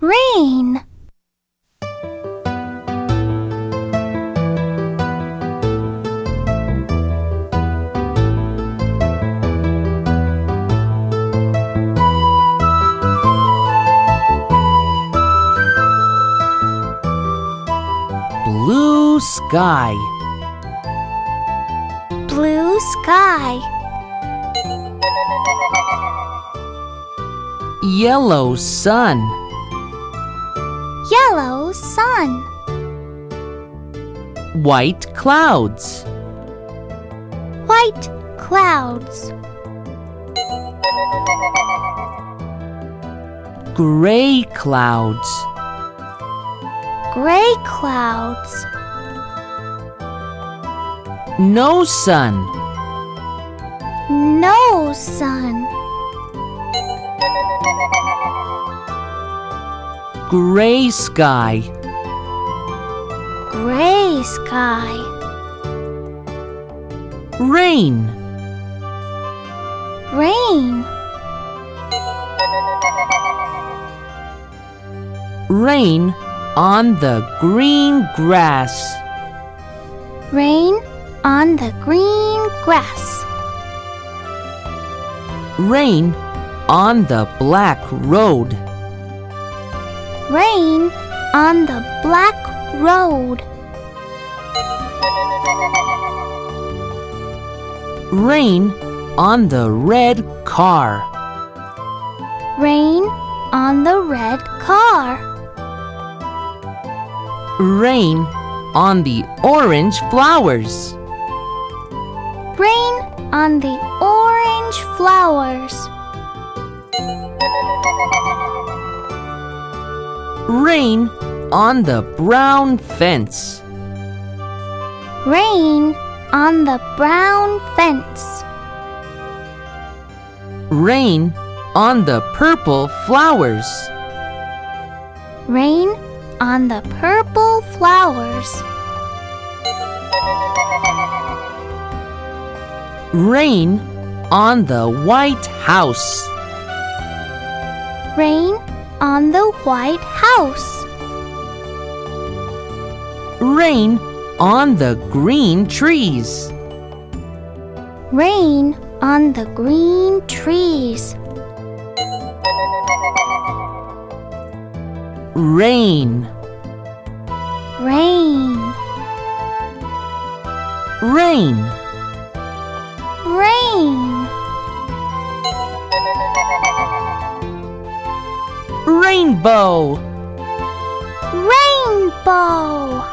Rain. Blue sky. Blue sky. Yellow sun. Yellow sun. White clouds. White clouds. Gray clouds. Gray clouds. No sun. No sun. Gray sky. Gray sky. Rain. Rain. Rain on the green grass. Rain on the green grass. Rain on the black road. Rain on the black road. Rain on the red car. Rain on the red car. Rain on the orange flowers. Rain on the orange flowers. Rain on the brown fence. Rain on the brown fence. Rain on the purple flowers. Rain on the purple flowers. Rain on the white house. Rain on the white house. Rain on the green trees. Rain on the green trees. Rain. Rain. Rain. Rain. Rainbow. Rainbow.